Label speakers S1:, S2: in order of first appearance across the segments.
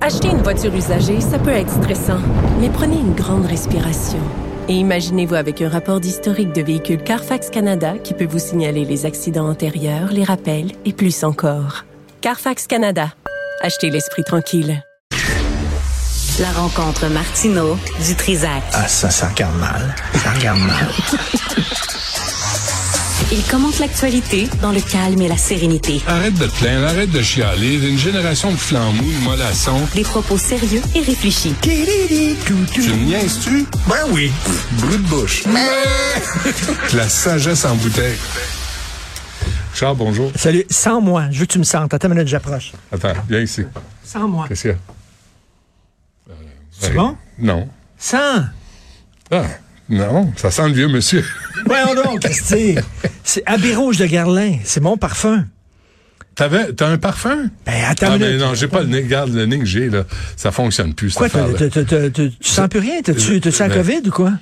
S1: Acheter une voiture usagée, ça peut être stressant, mais prenez une grande respiration. Et imaginez-vous avec un rapport d'historique de véhicule Carfax Canada qui peut vous signaler les accidents antérieurs, les rappels et plus encore. Carfax Canada. Achetez l'esprit tranquille.
S2: La rencontre Martino du Trizac.
S3: Ah, ça, ça regarde mal. Ça regarde mal.
S2: Il commente l'actualité dans le calme et la sérénité.
S4: Arrête de te plaindre, arrête de chialer. Une génération de flambous, de mollassons.
S2: Des propos sérieux et réfléchis.
S4: Tu me niaises-tu?
S3: Ben oui.
S4: Brut de bouche. La sagesse en bouteille. Charles, bonjour.
S5: Salut, sans moi, je veux que tu me sentes. Attends une minute, j'approche.
S4: Attends, viens ici.
S5: Sans moi.
S4: Qu'est-ce qu'il y a?
S5: C'est
S4: Hey,
S5: bon?
S4: Non.
S5: Sans.
S4: Ah, non. Ça sent le vieux monsieur.
S5: Voyons donc, Christy. C'est Abbé Rouge de Garlin. C'est mon parfum.
S4: T'avais, t'as un parfum?
S5: Ben, attends
S4: Ah,
S5: une
S4: mais
S5: minute.
S4: non, j'ai pas le nez. Regarde le nez que j'ai, là. Ça fonctionne plus, cette
S5: Quoi, t'as-
S4: affaire-là.
S5: t'as- t'as- t'as- t'as- tu sens plus rien? T'as-tu t'as-tu la
S4: Ben,
S5: COVID ou quoi?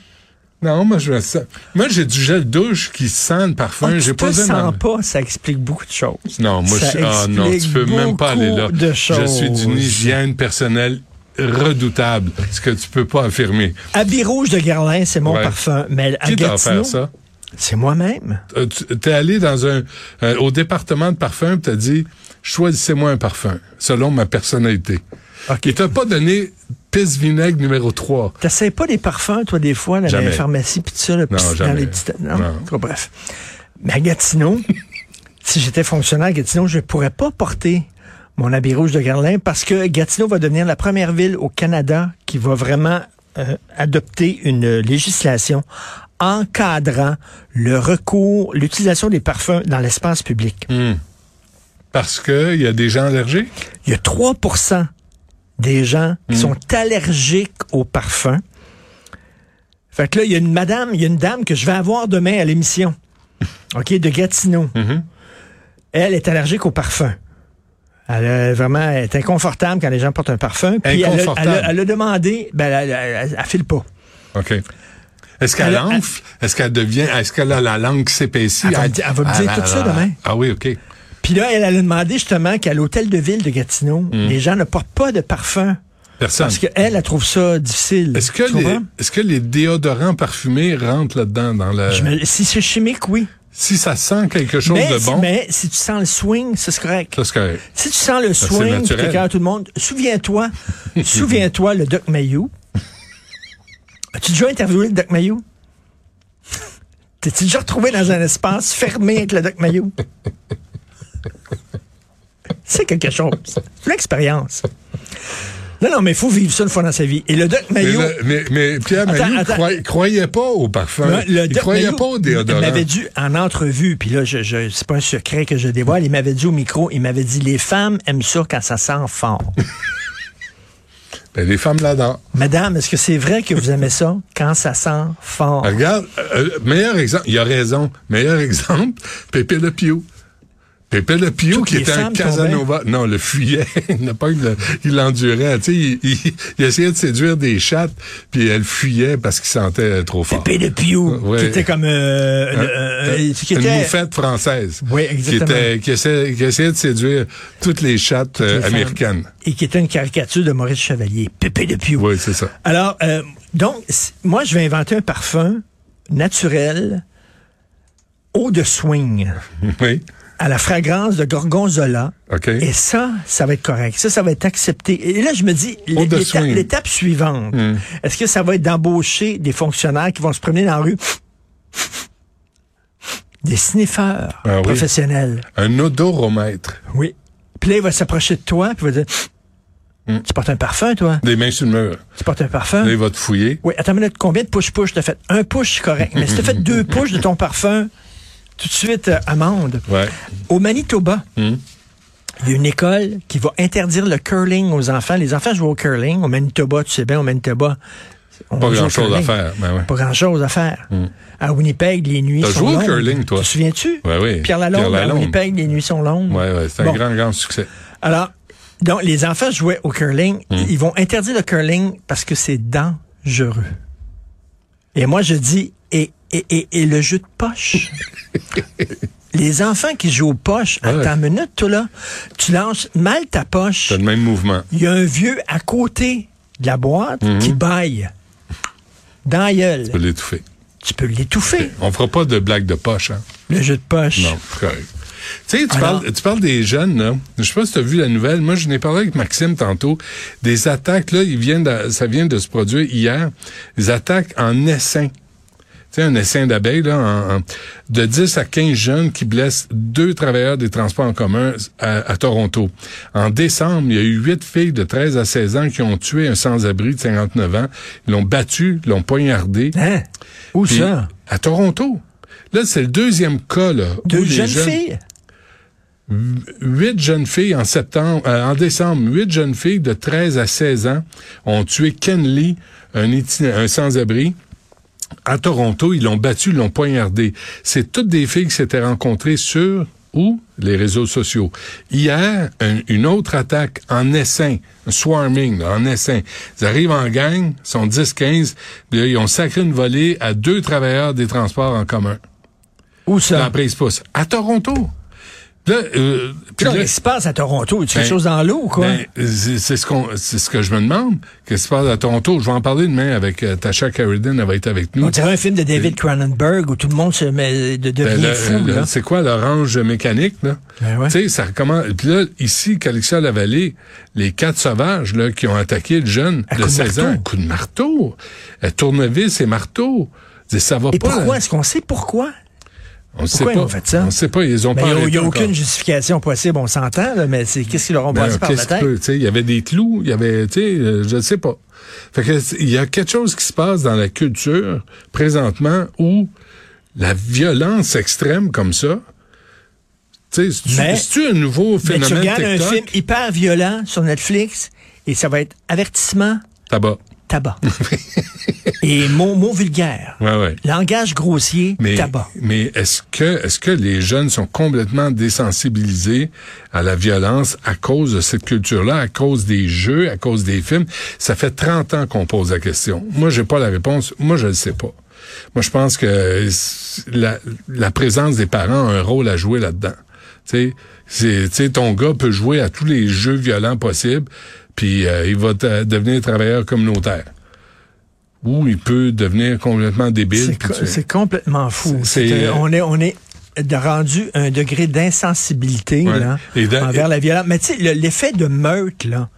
S4: Non, moi, je me sens- Moi, j'ai du gel douche qui sent le parfum.
S5: Ah,
S4: j'ai
S5: tu
S4: pas
S5: te
S4: besoin d'en-
S5: sens pas, ça explique beaucoup de choses.
S4: Non, moi,
S5: Ça
S4: je, ah non, tu
S5: explique
S4: peux même pas aller là.
S5: beaucoup de
S4: Je suis d'une
S5: choses.
S4: hygiène personnelle redoutable, ce que tu peux pas affirmer.
S5: Habit rouge de Garlin, c'est mon
S4: Ouais.
S5: parfum. Mais à
S4: Qui t'a
S5: Gatineau,
S4: offert ça?
S5: c'est moi-même.
S4: Euh, tu- T'es allé dans un euh, au département de parfum, t'as dit choisissez-moi un parfum selon ma personnalité.
S5: OK.
S4: Il t'a pas donné pisse vinaigre numéro 3.
S5: T'essayes pas les parfums, toi, des fois, là, dans
S4: Jamais.
S5: les pharmacies, puis tout ça, là, pis
S4: Non,
S5: dans
S4: jamais.
S5: les petites... Non,
S4: Non.
S5: En tout cas, bref. Mais à Gatineau, si j'étais fonctionnaire à Gatineau, je pourrais pas porter mon habit rouge de Garlin parce que Gatineau va devenir la première ville au Canada qui va vraiment euh, adopter une législation encadrant le recours, l'utilisation des parfums dans l'espace public.
S4: Parce que il y a des gens allergiques?
S5: Il y a 3 des gens qui
S4: Mm.
S5: sont allergiques aux parfums. Fait que là, il y a une madame, il y a une dame que je vais avoir demain à l'émission, OK, de Gatineau.
S4: Mm-hmm.
S5: Elle est allergique aux parfums. Elle a vraiment elle est inconfortable quand les gens portent un parfum. Puis elle a- elle a,
S4: Inconfortable.
S5: elle a demandé, ben, elle, elle- elle- elle file pas.
S4: OK. Est-ce qu'elle
S5: Elle a-
S4: enfle? Est-ce qu'elle devient est-ce qu'elle a la langue qui s'épaissit?
S5: Elle va me dire- elle va me dire tout ça demain.
S4: Ah oui, OK.
S5: Puis là, elle, elle a demandé justement qu'à l'hôtel de ville de Gatineau,
S4: Mm.
S5: les gens ne portent pas de parfum
S4: Personne.
S5: parce qu'elle, elle trouve ça difficile.
S4: Ah. Est-ce que,
S5: Tu
S4: les,
S5: comprends?
S4: est-ce que les déodorants parfumés rentrent là-dedans dans la...
S5: Je me- si c'est chimique, oui.
S4: Si ça sent quelque chose
S5: mais,
S4: de bon,
S5: mais si tu sens le swing, ça, c'est correct.
S4: ça c'est correct.
S5: Si tu sens le
S4: Ça, c'est
S5: swing, tu
S4: naturel.
S5: t'écœures tout le monde, souviens-toi, souviens-toi le Doc Mayou. As-tu déjà interviewé le Doc Mayou? T'es-tu déjà retrouvé dans un espace fermé avec le Doc Mayou? C'est quelque chose. C'est une expérience. Non, non, mais il faut vivre ça une fois dans sa vie. Et le Doc
S4: Mais,
S5: Mayou...
S4: le- mais, mais Pierre
S5: Attends,
S4: Mayou
S5: attends.
S4: croy- croyait pas au parfum.
S5: Ouais, le
S4: il
S5: Doc
S4: croyait
S5: Mayou,
S4: pas au
S5: Il
S4: déodorant.
S5: m'avait dit en entrevue, puis là, je, je, c'est pas un secret que je dévoile, il m'avait dit au micro, il m'avait dit, les femmes aiment ça quand ça sent fort.
S4: Ben, les femmes l'adorent.
S5: Madame, est-ce que c'est vrai que vous aimez ça quand ça sent fort?
S4: Regarde, euh, euh, meilleur exemple, il a raison, meilleur exemple, Pépé Le Pio. Pépé Le Pio,
S5: Toutes
S4: qui
S5: les
S4: était un
S5: femmes
S4: Casanova. Non, le fuyait. il n'a pas eu le- il l'endurait. Tu sais, il, il- il essayait de séduire des chattes, puis elle fuyait parce qu'il sentait trop fort.
S5: Pépé de Piou,
S4: Ah, Ouais.
S5: qui était comme... euh,
S4: Un-
S5: le- euh,
S4: un-
S5: qui
S4: Une
S5: était-
S4: moufette française.
S5: Oui,
S4: qui,
S5: exactement.
S4: était, qui, essayait, qui essayait de séduire toutes les chattes euh,
S5: les femmes.
S4: américaines.
S5: Et qui était une caricature de Maurice Chevalier. Pépé de Piou.
S4: Oui, c'est ça.
S5: Alors, euh, donc, c- moi, je vais inventer un parfum naturel, haut de swing,
S4: Oui.
S5: à la fragrance de gorgonzola.
S4: OK.
S5: Et ça, ça va être correct. Ça, ça va être accepté. Et là, je me dis, l'é-
S4: de
S5: l'étape
S4: swing.
S5: l'étape suivante,
S4: Hmm.
S5: est-ce que ça va être d'embaucher des fonctionnaires qui vont se promener dans la rue? Des sniffeurs
S4: Ah oui.
S5: professionnels.
S4: Un odoromètre.
S5: Oui. Puis là, il va s'approcher de toi, puis il va dire,
S4: Hmm.
S5: tu portes un parfum, toi?
S4: Des mains sur le mur.
S5: Tu portes un parfum?
S4: Là, il va te fouiller.
S5: Oui, attends une minute, combien de push-push t'as fait? Un push, c'est correct. Mais si t'as fait deux push de ton parfum, tout de suite, euh, amende.
S4: Ouais.
S5: Au Manitoba, Il y a une école qui va interdire le curling aux enfants. Les enfants jouent au curling. Au Manitoba, tu sais bien, au Manitoba. on
S4: Pas
S5: joue au
S4: grand-chose à
S5: curling.
S4: faire, ben ouais. Hmm.
S5: Pas grand-chose à faire. À Winnipeg, les nuits
S4: T'as
S5: sont
S4: joué au
S5: longues.
S4: curling, toi?
S5: Tu te souviens-tu?
S4: Ouais, oui.
S5: Pierre Lalonde,
S4: Pierre Lalonde.
S5: à Winnipeg, les nuits sont longues.
S4: Ouais, ouais, c'est un
S5: Bon.
S4: grand, grand succès.
S5: Alors, donc, les enfants jouaient au curling.
S4: Hum.
S5: Ils vont interdire le curling parce que c'est dangereux. Et moi, je dis, et, et, et, et le jeu de poche. les enfants qui jouent aux poches,
S4: Ouais.
S5: attends une minute, toi, là, tu lances mal ta poche.
S4: T'as le même mouvement.
S5: Il y a un vieux à côté de la boîte qui baille. Dans la gueule.
S4: Tu peux l'étouffer.
S5: Tu peux l'étouffer,
S4: On fera pas de blague de poche, hein?
S5: le jeu de poche.
S4: Non, c'est correct. Tu sais, tu
S5: Alors-
S4: parles, tu parles des jeunes, là. Je sais pas si tu as vu la nouvelle. Moi, je n'ai parlé avec Maxime tantôt. Des attaques, là, ils viennent de- ça vient de se produire hier. Des attaques en essaim. Tu sais, un essaim d'abeilles, là, en- en- de 10 à 15 jeunes qui blessent deux travailleurs des transports en commun euh, à, à Toronto. En décembre, il y a eu huit filles de 13 à 16 ans qui ont tué un sans-abri de 59 ans. Ils l'ont battu, l'ont poignardé.
S5: Hein? Où
S4: Puis,
S5: ça?
S4: À Toronto. Là, c'est le deuxième cas, là. où
S5: Deux
S4: les
S5: jeunes filles?
S4: Huit jeunes filles en septembre, euh, en décembre, huit jeunes filles de 13 à 16 ans ont tué Ken Lee, un, itin- un sans-abri. À Toronto, ils l'ont battu, ils l'ont poignardé. C'est toutes des filles qui s'étaient rencontrées sur ou les réseaux sociaux. Hier, un- une autre attaque en essaim, un swarming, là, en essaim. Ils arrivent en gang, sont 10-15, puis là, ils ont sacré une volée à deux travailleurs des transports en commun.
S5: Où ça?
S4: Là, après, ils se poussent. À Toronto. Là, euh, puis
S5: Qu'est-ce
S4: là-
S5: qui se passe à Toronto? Tu
S4: Ben,
S5: quelque chose dans l'eau, quoi?
S4: ben, c'est c'est ce qu'on, c'est ce que je me demande. Qu'est-ce qui se passe à Toronto? Je vais en parler demain avec euh, Tasha Carradine. Elle va être avec nous.
S5: On dirait un film de David Cronenberg où tout le monde se met de
S4: Ben,
S5: devient
S4: le-
S5: fou.
S4: le-
S5: là.
S4: c'est quoi l'orange mécanique, là?
S5: Ben ouais.
S4: Tu sais, ça recommence. Puis là, ici, Calixia la vallée les quatre sauvages, là, qui ont attaqué le jeune
S5: À
S4: de
S5: coups de
S4: 16 ans,
S5: marteau.
S4: à coup de marteau, euh, tournevis et marteau. Je dis, Ça va
S5: Et
S4: pas. hein?
S5: pourquoi?
S4: là.
S5: Est-ce qu'on sait pourquoi?
S4: On sait
S5: pourquoi
S4: pas.
S5: ils ont fait ça?
S4: On sait pas. Ils ont
S5: Ben,
S4: pas
S5: Il
S4: arrêté
S5: n'y a,
S4: encore.
S5: aucune justification possible, on s'entend, là, mais c'est qu'est-ce qu'ils leur ont
S4: Ben,
S5: passé par la
S4: qu'est-ce
S5: tête?
S4: que, tu sais, il y avait des clous, il y avait, tu sais, euh, je ne sais pas. Fait que, c'est- il y a quelque chose qui se passe dans la culture présentement où la violence extrême comme ça, tu sais, c'est-tu-
S5: Mais-
S4: c'est-tu un nouveau
S5: Mais tu
S4: phénomène
S5: regardes un
S4: TikTok?
S5: film hyper violent sur Netflix et ça va être avertissement,
S4: Tabac.
S5: tabac. et mots mots vulgaires.
S4: Ouais, ouais.
S5: Langage grossier,
S4: Mais,
S5: tabac.
S4: mais est-ce que, est-ce que les jeunes sont complètement désensibilisés à la violence à cause de cette culture-là, à cause des jeux, à cause des films? Ça fait 30 ans qu'on pose la question. Moi, j'ai pas la réponse. Moi, je le sais pas. Moi, je pense que c'est- la, la présence des parents a un rôle à jouer là-dedans. Tu sais, c'est- tu sais, ton gars peut jouer à tous les jeux violents possibles, puis euh, il va t- devenir travailleur communautaire. Ou il peut devenir complètement débile.
S5: C'est
S4: puis
S5: co-
S4: tu-
S5: C'est complètement fou.
S4: C'est-
S5: C'est,
S4: c'est-
S5: euh, on est, on est de rendu un degré d'insensibilité
S4: Ouais.
S5: là,
S4: Et dans- Mm.
S5: envers la violence. Mais tu sais, le- l'effet de meute, là,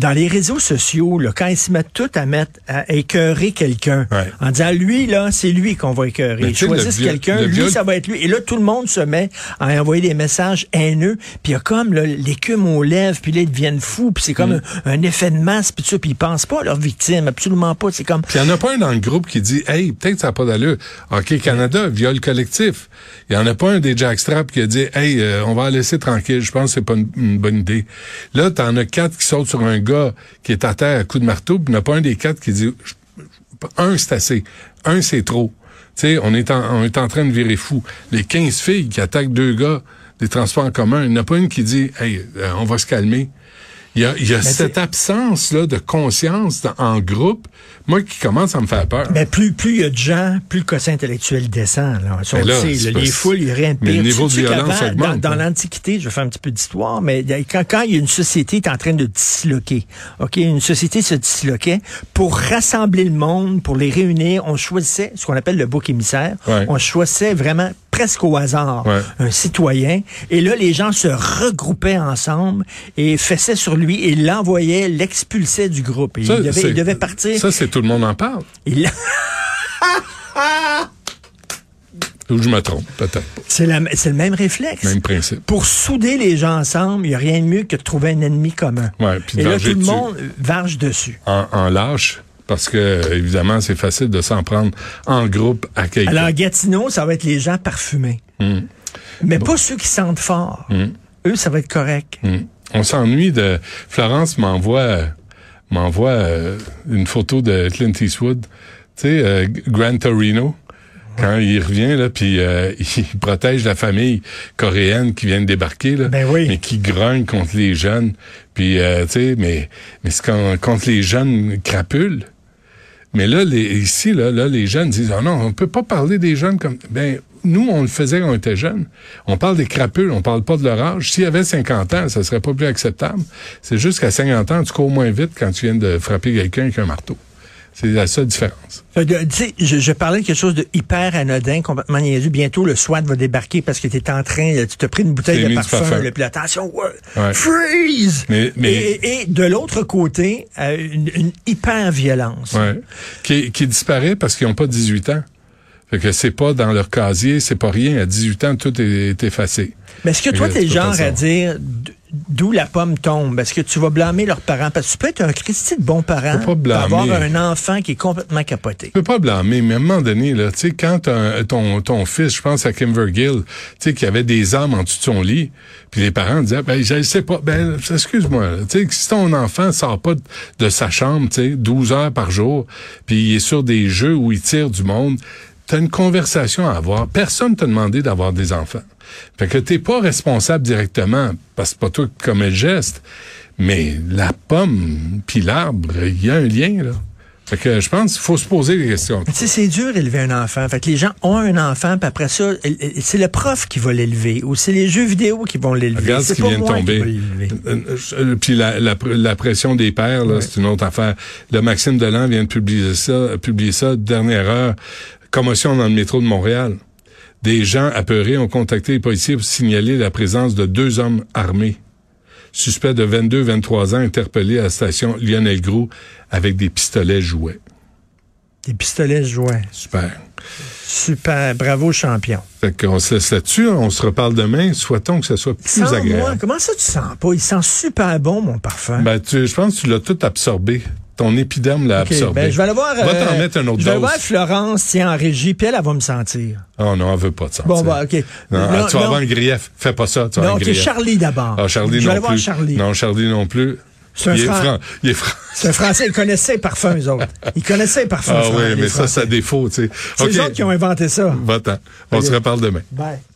S5: dans les réseaux sociaux, là, quand ils se mettent tout à mettre à écœurer quelqu'un,
S4: Ouais.
S5: en disant lui, là, c'est lui qu'on va
S4: Mais
S5: écœurer. Ils
S4: tu sais, le
S5: choisissent
S4: viol-
S5: quelqu'un,
S4: le
S5: lui,
S4: viol-
S5: ça va être lui. Et là, tout le monde se met à envoyer des messages haineux, puis il y a comme là, l'écume aux lèvres, puis là, ils deviennent fous, puis c'est
S4: Mm.
S5: comme un, un effet de masse, puis tout ça, puis ils pensent pas à leurs victimes, absolument pas. C'est comme
S4: Puis il n'y en a pas un dans le groupe qui dit Hey, peut-être ça n'a pas d'allure. Hockey Canada, viol collectif. Il n'y en a pas un des Jackstrap qui a dit Hey, euh, on va la laisser tranquille, je pense que c'est pas une, une bonne idée. Là, t'en as quatre qui sautent sur un gars qui est à terre à coups de marteau, puis il n'y en a pas un des quatre qui dit Je- je- Un, c'est assez. Un, c'est trop. Tu sais, on est en, on est en train de virer fou. Les 15 filles qui attaquent deux gars des transports en commun, il n'y en a pas une qui dit Hey, euh, on va se calmer. Il y a, il y a cette absence là de conscience dans- en groupe, moi qui commence à me faire peur.
S5: Mais Ben, plus plus il y a de gens, plus le quotient intellectuel descend. Là. Ça, on
S4: Mais
S5: le
S4: Ben là,
S5: sait,
S4: c'est
S5: là,
S4: pas-
S5: les foules, il n'y a rien de
S4: Mais
S5: pire.
S4: le niveau
S5: Tu sais
S4: de violence
S5: qu'avant,
S4: augmente,
S5: Dans, dans
S4: hein.
S5: l'Antiquité, je vais faire un petit peu d'histoire, mais euh, quand, quand il y a une société qui est en train de disloquer, ok, une société se disloquait, pour rassembler le monde, pour les réunir, on choisissait ce qu'on appelle le bouc émissaire.
S4: Ouais.
S5: On choisissait vraiment presque au hasard
S4: Ouais.
S5: un citoyen. Et là, les gens se regroupaient ensemble et fessaient sur lui et l'envoyaient, l'expulsaient du groupe. Et
S4: Ça,
S5: il, devait,
S4: c'est-
S5: il devait partir.
S4: Ça, c'est tout le monde en parle.
S5: Il-
S4: Ou je me trompe, peut-être.
S5: C'est la- c'est le même réflexe.
S4: Même principe.
S5: Pour souder les gens ensemble, il n'y a rien de mieux que de trouver un ennemi commun.
S4: Ouais, puis de
S5: Et là,
S4: varger
S5: tout le
S4: dessus.
S5: monde varge dessus.
S4: En, en lâche, parce que évidemment, c'est facile de s'en prendre en groupe à quelqu'un. Mm.
S5: Alors, Gatineau, ça va être les gens parfumés. Mais pas ceux qui sentent fort. Eux, ça va être correct.
S4: Hum. On s'ennuie de... Florence m'envoie euh, m'envoie euh, une photo de Clint Eastwood, tu sais, euh, Gran Torino, quand il revient, là, puis euh, il protège la famille coréenne qui vient de débarquer, là,
S5: Ben oui.
S4: mais qui grogne contre les jeunes, puis, euh, tu sais, mais, mais c'est quand- contre les jeunes crapules. Mais là, les, ici, là, là, les jeunes disent, ah non, on peut pas parler des jeunes comme... Ben, nous, on le faisait quand on était jeunes. On parle des crapules, on parle pas de leur âge. S'il y avait 50 ans, ça serait pas plus acceptable. C'est juste qu'à 50 ans, tu cours moins vite quand tu viens de frapper quelqu'un avec un marteau. C'est la seule différence.
S5: Fait que, tu sais, je, je parlais de quelque chose de hyper anodin, complètement niaisu. Bientôt, le SWAT va débarquer parce que tu en train, là, tu t'es pris une bouteille
S4: T'es
S5: de
S4: mis du
S5: parfum,
S4: parfum.
S5: là, puis là, attention, ouais,
S4: Ouais.
S5: freeze!
S4: Mais- mais-
S5: Et, et de l'autre côté, euh, une, une hyper violence.
S4: Ouais. Qui, qui disparaît parce qu'ils n'ont pas 18 ans. Fait que c'est pas dans leur casier, c'est pas rien. À 18 ans, tout est, est effacé.
S5: Mais est-ce que toi,
S4: Mais
S5: t'es le
S4: tu peux
S5: genre
S4: pas
S5: à
S4: savoir.
S5: dire d- d'où la pomme tombe? Est-ce que tu vas blâmer leurs parents? Parce que tu peux être un Christy de bon parent
S4: Faut pas
S5: pour avoir
S4: blâmer.
S5: un enfant qui est complètement capoté.
S4: Tu peux pas blâmer, mais à un moment donné, là, tu sais, quand t'as- ton, ton fils, je pense à Kimber Gill, tu sais, qui avait des armes en dessous de son lit, puis les parents disaient, ben, je sais pas, ben, excuse-moi, là, tu sais, si ton enfant sort pas de, de sa chambre, tu sais, 12 heures par jour, puis il est sur des jeux où il tire du monde, t'as une conversation à avoir. Personne t'a demandé d'avoir des enfants. Fait que t'es pas responsable directement, parce que c'est pas toi qui commets le geste, mais la pomme puis l'arbre, il y a un lien, là. Fait que je pense qu'il faut se poser des questions.
S5: Tu sais, c'est dur élever un enfant. Fait que les gens ont un enfant, puis après ça, il- il- c'est le prof qui va l'élever, ou c'est les jeux vidéo qui vont l'élever.
S4: Regarde ce
S5: C'est
S4: qui
S5: pas
S4: vient de
S5: moi qui
S4: tomber.
S5: va l'élever.
S4: Euh, euh, euh, Puis la, la, pr- la pression des pères, là, c'est une autre affaire. Le Maxime Delan vient de publier ça, publier ça, dernière heure, commotion dans le métro de Montréal. Des gens apeurés ont contacté les policiers pour signaler la présence de deux hommes armés. Suspects de 22-23 ans interpellés à la station Lionel Gros avec des pistolets jouets.
S5: Des pistolets jouets.
S4: Super.
S5: Super. Bravo, champion.
S4: Fait qu'on se laisse là-dessus, on se reparle demain, souhaitons que ce soit plus
S5: Sens-moi.
S4: agréable.
S5: Comment ça, tu sens pas? Il sent super bon, mon parfum.
S4: hein? Ben, tu, je pense que tu l'as tout absorbé. Ton épiderme l'a
S5: Ok,
S4: absorbé.
S5: ben, je vais aller voir.
S4: Va
S5: euh,
S4: t'en mettre un autre
S5: Je vais
S4: dose.
S5: voir Florence, tiens, en régie, puis elle, elle va me sentir.
S4: Oh non, elle veut pas te sentir.
S5: Bon, bah, OK.
S4: Non,
S5: Non,
S4: ah, tu vas
S5: non.
S4: avoir un grief. Fais pas ça, tu vas
S5: Non,
S4: avoir un
S5: OK,
S4: grief.
S5: Charlie d'abord.
S4: Ah,
S5: je
S4: Charlie
S5: vais
S4: non
S5: aller
S4: plus.
S5: voir Charlie.
S4: Non, Charlie non plus.
S5: C'est un
S4: il, est
S5: franc.
S4: franc. il est franc.
S5: C'est un Français, ils connaissaient les parfums, eux autres. Ils connaissaient les parfums.
S4: Ah
S5: Fran-
S4: oui,
S5: les
S4: mais ça,
S5: Français.
S4: ça défaut, tu sais.
S5: C'est eux autres qui ont inventé ça.
S4: Va-t'en. On se reparle demain.
S5: Bye.